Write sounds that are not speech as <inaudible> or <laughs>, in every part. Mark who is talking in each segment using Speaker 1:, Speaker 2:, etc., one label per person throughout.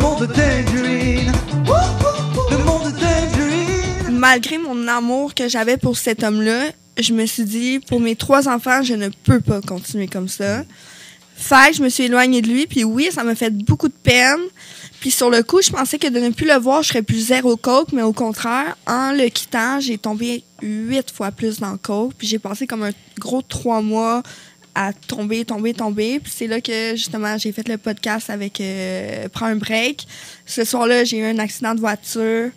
Speaker 1: monde tangerine. Le monde tangerine.
Speaker 2: Malgré mon amour que j'avais pour cet homme-là, je me suis dit, pour mes trois enfants, je ne peux pas continuer comme ça. Fait que je me suis éloignée de lui, puis oui, ça m'a fait beaucoup de peine. Puis sur le coup, je pensais que de ne plus le voir, je serais plus zéro coke, mais au contraire, en le quittant, j'ai tombé huit fois plus dans le coke, puis j'ai passé comme un gros trois mois à tomber, tomber, tomber. Puis c'est là que, justement, j'ai fait le podcast avec euh, Prends un break. Ce soir-là, j'ai eu un accident de voiture.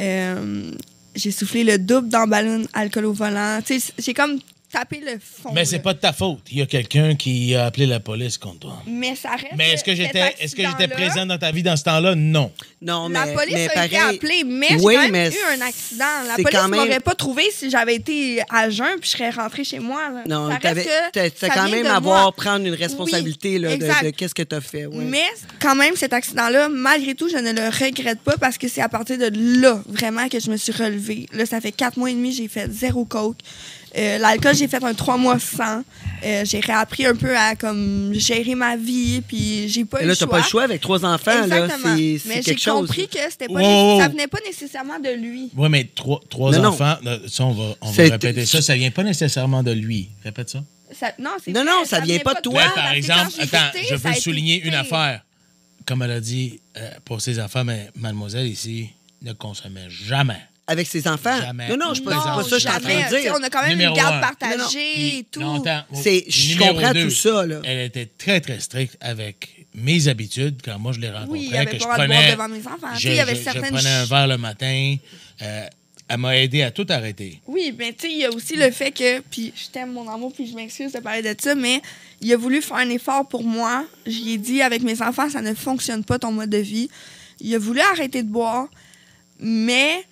Speaker 2: Euh, j'ai soufflé le double dans ballon alcool au volant. Tu sais, j'ai comme tapé le fond.
Speaker 3: Mais c'est
Speaker 2: là.
Speaker 3: pas de ta faute. Il y a quelqu'un qui a appelé la police contre toi.
Speaker 2: Mais ça reste.
Speaker 3: Mais est-ce que
Speaker 2: cet
Speaker 3: j'étais est-ce que j'étais
Speaker 2: accident-là,
Speaker 3: présent dans ta vie dans ce temps-là? Non.
Speaker 4: Non,
Speaker 2: La
Speaker 4: mais,
Speaker 2: police
Speaker 4: mais
Speaker 2: a
Speaker 4: pareil,
Speaker 2: été appelée, mais
Speaker 4: Oui,
Speaker 2: j'ai quand même
Speaker 4: mais
Speaker 2: eu un accident. La
Speaker 4: c'est
Speaker 2: police
Speaker 4: quand
Speaker 2: ne
Speaker 4: même-
Speaker 2: m'aurait pas trouvé si j'avais été à jeun puis je serais rentrée chez moi. là.
Speaker 4: Non,
Speaker 2: Ça reste
Speaker 4: t'avais-
Speaker 2: que
Speaker 4: t'as t'as
Speaker 2: ça
Speaker 4: quand
Speaker 2: vient
Speaker 4: même
Speaker 2: de moi.
Speaker 4: à voir prendre une responsabilité
Speaker 2: Oui,
Speaker 4: là, de-
Speaker 2: exact.
Speaker 4: de, qu'est-ce que t'as fait. ouais.
Speaker 2: Mais quand même, cet accident-là, malgré tout, je ne le regrette pas parce que c'est à partir de là, vraiment, que je me suis relevée. Là, ça fait quatre mois et demi, j'ai fait zéro coke. Euh, L'alcool, j'ai fait un trois mois sans. Euh, j'ai réappris un peu à comme gérer ma vie, puis j'ai pas
Speaker 4: Mais
Speaker 2: eu
Speaker 4: là,
Speaker 2: le choix.
Speaker 4: t'as pas le choix avec trois enfants. là,
Speaker 2: Exactement.
Speaker 4: C'est c'est
Speaker 2: Mais j'ai
Speaker 4: quelque chose.
Speaker 2: compris que c'était pas
Speaker 3: Wow, wow, wow.
Speaker 2: ça venait pas nécessairement de lui.
Speaker 3: Oui, mais trois, trois
Speaker 4: Non, non.
Speaker 3: enfants, euh, ça, on va, on va
Speaker 4: C'est-
Speaker 3: répéter ça. Ça vient pas nécessairement de lui. Répète ça.
Speaker 2: Ça- non, c'est
Speaker 4: Non,
Speaker 2: vrai,
Speaker 4: non, ça vient
Speaker 2: venait
Speaker 4: pas de toi.
Speaker 3: Là, par
Speaker 4: Ouais,
Speaker 2: parce que
Speaker 3: exemple,
Speaker 2: quand j'ai
Speaker 3: attends,
Speaker 2: quitté,
Speaker 3: je
Speaker 2: ça
Speaker 3: veux
Speaker 2: a été
Speaker 3: souligner une
Speaker 2: quitté.
Speaker 3: affaire. Comme elle a dit, euh, pour ses enfants, mais mademoiselle ici ne consommait jamais.
Speaker 4: Avec ses enfants.
Speaker 3: Jamais.
Speaker 4: Non, non, je ne
Speaker 3: Non,
Speaker 4: pas, c'est pas ça que je suis en
Speaker 2: jamais.
Speaker 4: train de
Speaker 2: Tu sais,
Speaker 4: dire.
Speaker 2: On a quand même
Speaker 3: Numéro
Speaker 2: une garde
Speaker 3: un.
Speaker 2: partagée et tout.
Speaker 3: Puis, non, attends, oh,
Speaker 4: C'est- je
Speaker 3: numéro
Speaker 4: comprends
Speaker 3: deux,
Speaker 4: tout ça, là.
Speaker 3: Elle était très, très stricte avec mes habitudes quand moi je les rencontrais.
Speaker 2: Oui, il y avait
Speaker 3: que
Speaker 2: pas
Speaker 3: je
Speaker 2: le droit de
Speaker 3: prenais,
Speaker 2: boire devant mes enfants. Tu
Speaker 3: Je,
Speaker 2: sais, il y avait
Speaker 3: je- je
Speaker 2: certaines
Speaker 3: prenais un
Speaker 2: ch-
Speaker 3: verre le matin. Euh, elle m'a aidé à tout arrêter.
Speaker 2: Oui, mais tu sais, il y a aussi le fait que, puis je t'aime mon amour, puis je m'excuse de parler de ça, mais il a voulu faire un effort pour moi. J'y ai dit, avec mes enfants, ça ne fonctionne pas ton mode de vie. Il a voulu arrêter de boire, mais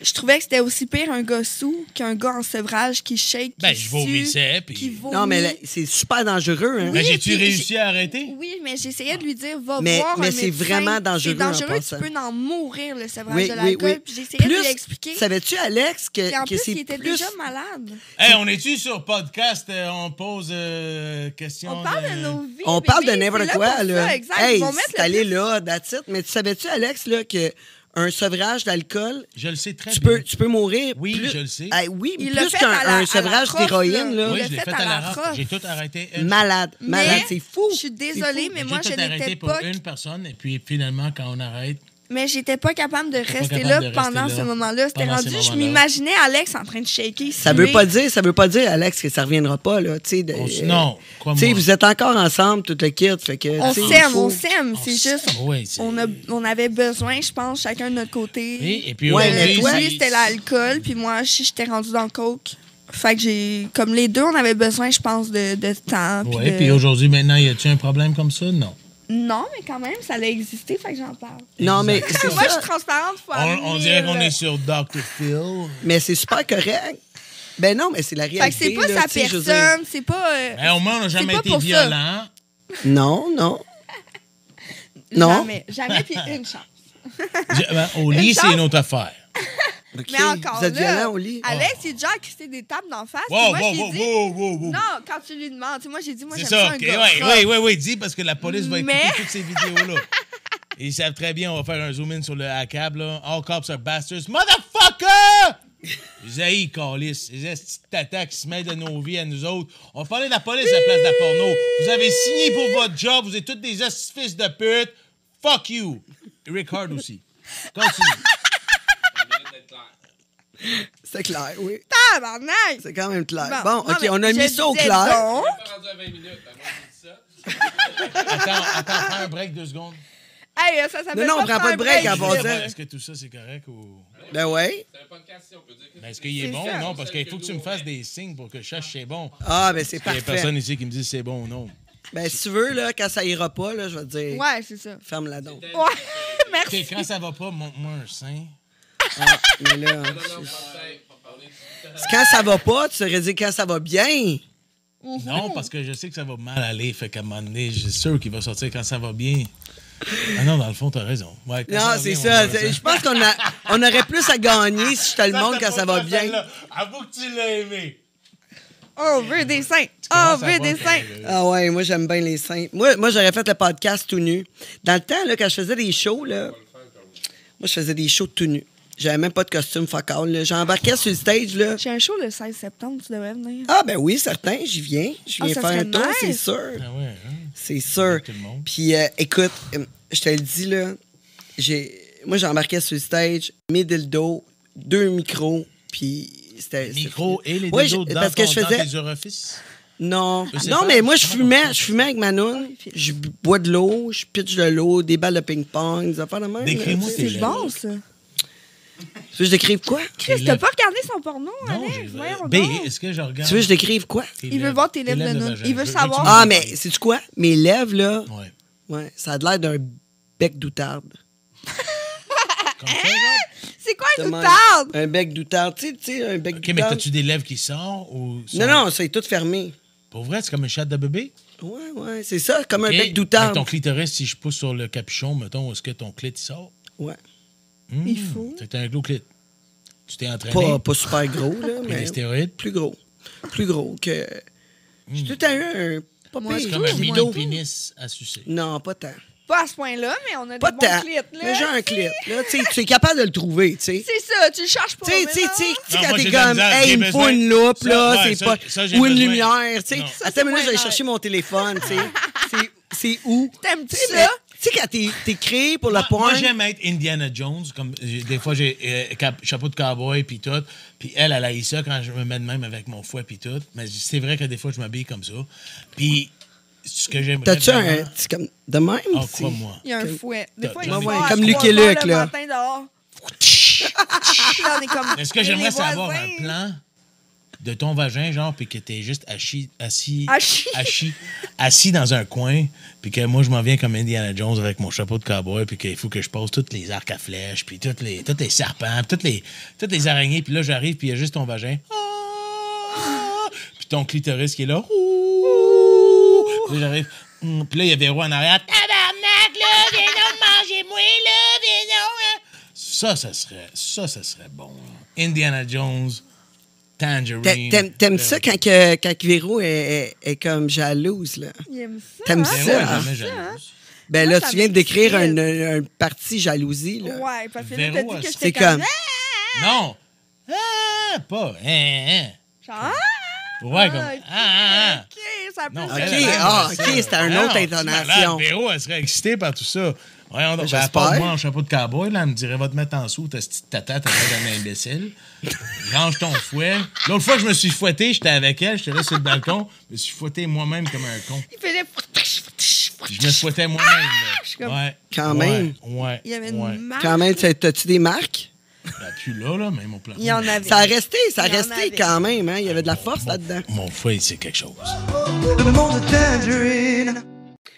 Speaker 2: je trouvais que c'était aussi pire un gars sous qu'un gars en sevrage qui shake, qui
Speaker 3: Ben, je
Speaker 2: sue,
Speaker 3: vomissais, puis-
Speaker 2: qui vomit.
Speaker 4: Non, mais là, c'est super dangereux. Hein?
Speaker 3: Mais
Speaker 2: Oui,
Speaker 3: j'ai-tu
Speaker 2: puis j'ai-
Speaker 3: réussi à arrêter?
Speaker 2: Oui, mais j'essayais de lui dire, va
Speaker 4: Mais-
Speaker 2: voir
Speaker 4: mais
Speaker 2: un
Speaker 4: c'est
Speaker 2: médecin.
Speaker 4: vraiment dangereux,
Speaker 2: C'est
Speaker 4: en
Speaker 2: dangereux, tu
Speaker 4: passant.
Speaker 2: peux en mourir, le sevrage
Speaker 4: Oui,
Speaker 2: de
Speaker 4: oui,
Speaker 2: l'alcool.
Speaker 4: oui.
Speaker 2: Puis j'essayais de
Speaker 4: Plus,
Speaker 2: lui expliquer.
Speaker 4: Savais-tu, Alex,
Speaker 2: Puis en
Speaker 4: que, que
Speaker 2: plus,
Speaker 4: c'est
Speaker 2: il était
Speaker 4: plus...
Speaker 2: déjà malade.
Speaker 3: Hey, on est-tu sur podcast? euh, on pose euh, question.
Speaker 2: On parle de nos vies.
Speaker 4: On parle de
Speaker 2: bébé,
Speaker 4: n'importe
Speaker 2: c'est
Speaker 4: quoi,
Speaker 2: pour
Speaker 4: là.
Speaker 2: ça, exact.
Speaker 4: Hey,
Speaker 2: Ils vont mettre
Speaker 4: c'est
Speaker 2: le
Speaker 4: allé
Speaker 2: plus-
Speaker 4: là, that's it. Mais tu savais-tu, Alex, là, que un sevrage d'alcool,
Speaker 3: Je le sais très
Speaker 4: tu
Speaker 3: bien.
Speaker 4: peux, tu peux mourir.
Speaker 3: Oui,
Speaker 4: plus-
Speaker 3: je le sais.
Speaker 4: Hey, oui,
Speaker 2: Il l'a
Speaker 4: plus
Speaker 2: fait à la- à
Speaker 4: qu'un un
Speaker 2: la
Speaker 4: sevrage
Speaker 2: prof,
Speaker 4: d'héroïne,
Speaker 2: là.
Speaker 4: là.
Speaker 3: Oui,
Speaker 2: le
Speaker 3: je l'ai
Speaker 2: fait
Speaker 3: fait
Speaker 2: à
Speaker 3: à la
Speaker 2: la
Speaker 3: rock.
Speaker 2: prof.
Speaker 3: J'ai tout arrêté. Une-
Speaker 4: Malade, malade,
Speaker 2: Mais-
Speaker 4: c'est fou.
Speaker 2: Je suis désolée, mais
Speaker 3: J'ai
Speaker 2: moi,
Speaker 3: tout
Speaker 2: je
Speaker 3: arrêté
Speaker 2: n'étais
Speaker 3: pour
Speaker 2: pas.
Speaker 3: une personne, et puis finalement, quand on arrête,
Speaker 2: Mais j'étais pas capable de rester
Speaker 3: capable
Speaker 2: là
Speaker 3: de rester
Speaker 2: pendant
Speaker 3: là,
Speaker 2: ce moment-là. C'était
Speaker 3: pendant ces
Speaker 2: rendu, je
Speaker 3: moments-là.
Speaker 2: m'imaginais Alex en train de shaker.
Speaker 4: Ça veut pas dire, ça veut pas dire, Alex, que ça reviendra pas, là. tu sais, de- euh,
Speaker 3: On s- non, crois-moi.
Speaker 4: Tu sais, vous êtes encore ensemble, toute le kit. Fait que,
Speaker 2: On
Speaker 4: tu sais, il
Speaker 2: s'aime,
Speaker 4: faut-
Speaker 2: on s'aime.
Speaker 3: On
Speaker 2: C'est
Speaker 3: s'aime,
Speaker 2: juste.
Speaker 3: oui, c'est-
Speaker 2: On, a, on avait besoin, je pense, chacun de notre côté.
Speaker 3: Et- et puis
Speaker 4: Ouais,
Speaker 2: Euh,
Speaker 4: mais toi-
Speaker 2: lui, c'était l'alcool, puis moi, je- j'étais rendue dans le coke. Fait que j'ai. Comme les deux, on avait besoin, je pense, de, de temps. puis
Speaker 3: Ouais,
Speaker 2: de-
Speaker 3: puis aujourd'hui, maintenant, y a-tu un problème comme ça? Non.
Speaker 2: Non, mais quand même, ça a existé, fait que j'en parle.
Speaker 4: Non, mais c'est
Speaker 2: Moi, je
Speaker 4: ça.
Speaker 2: suis transparente. Fois
Speaker 3: On, on
Speaker 2: mille.
Speaker 3: dirait qu'on est sur Dr. Phil.
Speaker 4: Mais c'est super correct. Ben non, mais c'est la
Speaker 2: Fait que c'est
Speaker 4: réalité.
Speaker 2: pas
Speaker 4: là,
Speaker 2: sa
Speaker 4: tu sais, je veux
Speaker 2: personne, c'est pas. euh,
Speaker 3: Eh, au moins, on n'a
Speaker 2: c'est
Speaker 3: jamais
Speaker 2: pas
Speaker 3: été
Speaker 2: pour ça.
Speaker 3: violent.
Speaker 4: dire- Non, non. Non.
Speaker 2: Jamais, jamais, puis
Speaker 3: <laughs>
Speaker 2: une chance.
Speaker 3: Je- ben, au lit, c'est une autre affaire.
Speaker 4: OK.
Speaker 2: Mais encore
Speaker 4: Vous êtes
Speaker 2: là,
Speaker 4: violent au lit.
Speaker 2: Alex, il est déjà crissé des tables d'en face. puis
Speaker 3: Ah. Wow,
Speaker 2: moi,
Speaker 3: wow,
Speaker 2: j'ai
Speaker 3: wow,
Speaker 2: dit.
Speaker 3: wow, wow, wow.
Speaker 2: Non, quand tu lui demandes, tu sais, moi, j'ai dit, moi,
Speaker 3: C'est
Speaker 2: j'aime
Speaker 3: ça.
Speaker 2: ça, un
Speaker 3: ok.
Speaker 2: gars.
Speaker 3: ouais,
Speaker 2: rough.
Speaker 3: ouais, ouais, ouais, dis, parce que la police va écouter
Speaker 2: Mais-
Speaker 3: toutes ces vidéos-là. Ils savent très bien, on va faire un zoom-in sur le hackab, là. All cops are bastards. Motherfucker! Ils haïs, calice. Ils petits tatas qui se mêlent de nos vies à nous autres. On va parler de la police à la place de la porno. Vous avez signé pour votre job. Vous êtes tous des hosties fils de pute. Fuck you. Rick Hard aussi. Continue.
Speaker 4: C'est clair, oui.
Speaker 2: Tabarnak!
Speaker 4: C'est quand même clair.
Speaker 2: Bon,
Speaker 4: Bon,
Speaker 2: non,
Speaker 4: OK,
Speaker 2: mais
Speaker 4: on a
Speaker 2: je
Speaker 4: mis ça au
Speaker 2: disais
Speaker 4: clair.
Speaker 2: donc-
Speaker 3: Attends, attends, prends un break deux secondes.
Speaker 2: Hey, ça, ça
Speaker 4: Non, non, on prend pas de break à
Speaker 3: Je
Speaker 4: bord
Speaker 3: voulais
Speaker 4: de-
Speaker 3: voir, Est-ce que tout ça, c'est correct ou.
Speaker 4: Ben ouais.
Speaker 3: Ben, Est-ce qu'il est,
Speaker 2: C'est
Speaker 3: bon
Speaker 2: ça.
Speaker 3: ou non? Parce qu'il faut que tu me fasses des signes pour que je sache si c'est bon.
Speaker 4: Ah, ben c'est
Speaker 3: Il n'y a personne
Speaker 4: parfait.
Speaker 3: ici qui me dit si c'est bon ou non.
Speaker 4: Ben si tu veux, là, quand ça ira pas, là, je vais te dire,
Speaker 2: Ouais, c'est ça.
Speaker 4: ferme-la donc.
Speaker 2: Ouais, <laughs> merci.
Speaker 3: OK, quand ça va pas, montre-moi un sein.
Speaker 4: Ah, mais là, c'est- quand ça va pas, tu serais dit quand ça va bien.
Speaker 3: Non, parce que je sais que ça va mal aller. Fait qu'à un moment donné, je suis sûr qu'il va sortir quand ça va bien. Ah non, dans le fond, t'as raison. Ouais, quand
Speaker 4: Non,
Speaker 3: va
Speaker 4: c'est
Speaker 3: bien, on
Speaker 4: ça.
Speaker 3: va
Speaker 4: c'est-
Speaker 3: le
Speaker 4: Je pense qu'on a, on aurait plus à gagner si je te le montre quand ça va bien.
Speaker 3: Avoue que tu l'as aimé.
Speaker 2: Oh, On veut des seins. On
Speaker 3: commences à
Speaker 2: veut
Speaker 3: voir
Speaker 2: des
Speaker 3: que-
Speaker 2: seins.
Speaker 4: Ah ouais, moi j'aime bien les seins. Moi, moi j'aurais fait le podcast tout nu. Dans le temps, là, quand je faisais des shows, là, moi je faisais des shows tout nu. J'avais même pas de costume focal. là. J'embarquais sur le stage. Là.
Speaker 2: J'ai un show le 16 septembre, tu devrais venir.
Speaker 4: Ah ben oui, certain, j'y viens. Je
Speaker 2: Ah,
Speaker 4: viens
Speaker 2: ça
Speaker 4: faire un
Speaker 2: serait
Speaker 4: tour,
Speaker 2: nice.
Speaker 4: c'est sûr.
Speaker 3: Ah ouais, hein?
Speaker 4: C'est sûr.
Speaker 3: tout le monde.
Speaker 4: Puis euh, écoute, euh, je te le dis là, j'ai moi j'embarquais sur le stage, mes dildos, deux micros, puis c'était c'était
Speaker 3: Micro
Speaker 4: fini.
Speaker 3: et les
Speaker 4: Ouais,
Speaker 3: deux
Speaker 4: je-
Speaker 3: autres dans,
Speaker 4: parce que
Speaker 3: ton-
Speaker 4: je faisais
Speaker 3: dans tes orifices.
Speaker 4: non.
Speaker 3: Je sais
Speaker 4: Non,
Speaker 3: pas.
Speaker 4: mais moi, je
Speaker 3: Comment on
Speaker 4: fumais,
Speaker 3: fait?
Speaker 4: je fumais avec Manon. Je bu- bois de l'eau, je pitche de l'eau, des balles de ping-pong, des affaires de même. là.
Speaker 3: Décris-moi tes-
Speaker 4: Tu
Speaker 2: C'est bon, ça.
Speaker 4: veux que je décrive quoi?
Speaker 2: Chris, t'as
Speaker 3: Tes lèvres.
Speaker 2: pas regardé son porno,
Speaker 3: Non, j'ai-
Speaker 2: Alex? Voyons
Speaker 3: B,
Speaker 4: Ben,
Speaker 2: donc.
Speaker 3: est-ce que je regarde?
Speaker 4: Tu veux que je décrive quoi?
Speaker 3: tes
Speaker 2: Il veut voir tes lèvres de
Speaker 3: de
Speaker 2: nain.
Speaker 3: vagin.
Speaker 2: Il veut
Speaker 3: Je que
Speaker 2: savoir.
Speaker 3: tu me
Speaker 4: Ah,
Speaker 3: parles.
Speaker 4: mais c'est tu quoi? Mes lèvres, là,
Speaker 3: Ouais.
Speaker 4: ouais, ça a l'air d'un bec doutarde.
Speaker 3: Comme ça, genre?
Speaker 2: C'est quoi une
Speaker 4: Tellement-
Speaker 2: tarde?
Speaker 4: Un bec doutarde, tu sais, tu sais, un bec
Speaker 3: OK, mais
Speaker 4: doutarde.
Speaker 3: t'as-tu des lèvres qui sortent ou... sont-
Speaker 4: Non, non, ça est tout fermé.
Speaker 3: Pour vrai, c'est comme une chatte de bébé?
Speaker 4: Ouais, ouais, ben, c'est ça, comme
Speaker 3: OK.
Speaker 4: un bec
Speaker 3: Avec ton
Speaker 4: doutarde.
Speaker 3: clitoris, si je pousse sur le capuchon, mettons, est-ce que ton clit sort? Hmm.
Speaker 4: Ouais.
Speaker 2: Il faut.
Speaker 3: C'est un gros clit. Tu t'es entraîné?
Speaker 4: Pas, pas super gros, là,
Speaker 3: Puis des
Speaker 4: mais
Speaker 3: stéroïdes?
Speaker 4: plus gros. Plus gros que... J'ai tout à eu un... Pas
Speaker 2: Moi,
Speaker 4: pire
Speaker 3: C'est Hmm. comme un mini
Speaker 4: clito.
Speaker 3: pénis à sucer.
Speaker 4: Non, pas tant.
Speaker 2: Pas à ce point-là, mais on a
Speaker 4: Pas
Speaker 2: des
Speaker 4: de
Speaker 2: bons
Speaker 4: temps.
Speaker 2: clits, là.
Speaker 4: Mais j'ai un clit. Là, tu sais, tu es capable de le trouver, tu sais.
Speaker 2: C'est ça, tu le cherches pas.
Speaker 4: Tu sais,
Speaker 2: mais
Speaker 4: tu sais,
Speaker 2: non.
Speaker 4: tu sais, tu sais,
Speaker 3: Non,
Speaker 4: quand
Speaker 3: moi,
Speaker 4: t'es
Speaker 3: j'ai de la
Speaker 4: comme,
Speaker 3: misère,
Speaker 4: hey,
Speaker 3: j'ai
Speaker 4: il me faut
Speaker 3: besoin.
Speaker 4: une loupe,
Speaker 3: Ça,
Speaker 4: là,
Speaker 3: ouais,
Speaker 4: c'est
Speaker 3: ça,
Speaker 4: pas.
Speaker 3: ça, j'ai
Speaker 4: Ou une
Speaker 3: besoin.
Speaker 4: lumière, tu sais.
Speaker 3: Non. Ça,
Speaker 2: c'est
Speaker 4: Attends, mais là,
Speaker 2: moins
Speaker 4: j'allais
Speaker 2: nice.
Speaker 4: chercher mon téléphone, tu sais.
Speaker 2: <laughs>
Speaker 4: C'est- C'est où?
Speaker 2: T'aimes-tu
Speaker 4: Tu sais,
Speaker 2: ça?
Speaker 4: Tu sais, quand t'es- t'es créé Ah, pour la
Speaker 3: Moi, moi,
Speaker 4: porn.
Speaker 3: j'aime être Indiana Jones. Comme, j'ai- des fois, j'ai euh, cap- chapeau de cowboy puis tout. Puis elle, elle haït ça quand je me mets de même avec mon fouet puis tout. Mais c'est vrai que des fois, je m'habille comme ça. Puis ce que j'aimerais...
Speaker 4: T'as-tu un.
Speaker 3: vraiment-
Speaker 4: c'est comme de
Speaker 2: <laughs>
Speaker 4: même?
Speaker 3: Ah,
Speaker 4: tu sais.
Speaker 3: crois-moi.
Speaker 2: Il y a un fouet. Des fois, il Ah,
Speaker 3: Ouais,
Speaker 2: se
Speaker 3: ouais,
Speaker 2: passe
Speaker 4: comme
Speaker 2: trois
Speaker 4: Lucky
Speaker 2: heures
Speaker 4: Luke,
Speaker 2: le
Speaker 4: là.
Speaker 2: matin dehors. Là, on est comme,
Speaker 3: <laughs> Est-ce que
Speaker 2: hey,
Speaker 3: j'aimerais
Speaker 2: les
Speaker 3: savoir
Speaker 2: voisins.
Speaker 3: un plan de ton vagin, genre, puis que t'es juste assis, assis,
Speaker 2: Assis.
Speaker 3: <laughs> assis, assis dans un coin, puis que moi, je m'en viens comme Indiana Jones avec mon chapeau de cowboy, puis qu'il faut que je pose tous les arcs à flèches, puis tous les, tous les serpents, puis toutes les, toutes les araignées, puis là, j'arrive, puis il y a juste ton vagin. Ah! Puis ton clitoris qui est là. Ouh! Puis là, j'arrive. Hum, Puis là, il y a Véro en arrière. Tabarnak, là, viens donc manger-moi, là, viens donc. hein. Ça, ça serait, ça, ça serait bon. là. Indiana Jones, Tangerine. Euh,
Speaker 4: T'a- T'aimes t'aimes ça quand, que, quand que Véro est, est- est comme jalouse, là?
Speaker 2: Il aime ça.
Speaker 4: T'aimes
Speaker 2: hein?
Speaker 3: Véro est jamais
Speaker 4: ça,
Speaker 2: ça, hein?
Speaker 3: jalouse.
Speaker 4: Ben
Speaker 2: Moi,
Speaker 4: là,
Speaker 2: ça
Speaker 4: tu viens
Speaker 2: me
Speaker 4: de décrire
Speaker 2: stresse.
Speaker 4: un, un, un parti jalousie, là.
Speaker 2: Ouais, parce que là, t'as
Speaker 3: Véro,
Speaker 2: dit que j'étais
Speaker 4: C'est
Speaker 2: comme...
Speaker 4: comme.
Speaker 3: Non! Ah, pas. Hein, hein.
Speaker 2: Genre,
Speaker 3: Ouais,
Speaker 2: ah,
Speaker 3: comme.
Speaker 2: ok,
Speaker 3: Ah, ah, ah.
Speaker 2: ok, ça peut
Speaker 3: Non,
Speaker 2: se
Speaker 4: ok,
Speaker 3: elle, elle,
Speaker 2: faire.
Speaker 4: ah,
Speaker 3: elle,
Speaker 4: ok,
Speaker 3: elle,
Speaker 4: c'était un
Speaker 3: elle,
Speaker 4: autre
Speaker 3: elle, elle,
Speaker 4: intonation.
Speaker 3: elle, Véro, elle serait excitée par tout ça. Voyons donc,
Speaker 4: J'espère.
Speaker 3: ben, apporte-moi un chapeau de cowboy, là, elle me dirait, va te mettre en dessous, ta petite tata, t'as l'air
Speaker 2: <laughs>
Speaker 3: d'un imbécile. Range ton fouet. L'autre fois, je me suis fouetté, j'étais avec elle, j'étais là sur le balcon, je me suis fouetté moi-même comme un con.
Speaker 2: Il faisait...
Speaker 3: Je me fouettais moi-même. là.
Speaker 2: Ah, Je suis comme-
Speaker 3: Ouais.
Speaker 4: Quand
Speaker 3: Ouais,
Speaker 4: même.
Speaker 3: Ouais.
Speaker 2: Il y avait
Speaker 3: ouais.
Speaker 2: une marque.
Speaker 4: Quand même, t'as- t'as-tu des marques?
Speaker 3: Ben, plus là, là, mais mon plan.
Speaker 2: Il y en avait.
Speaker 4: Ça a resté, ça a
Speaker 2: Il y en
Speaker 4: resté
Speaker 2: avait.
Speaker 4: quand même, hein? Il y avait de la force
Speaker 3: Mon-
Speaker 4: là-dedans.
Speaker 3: Mon fouet, c'est quelque chose.
Speaker 1: The monde tangerine.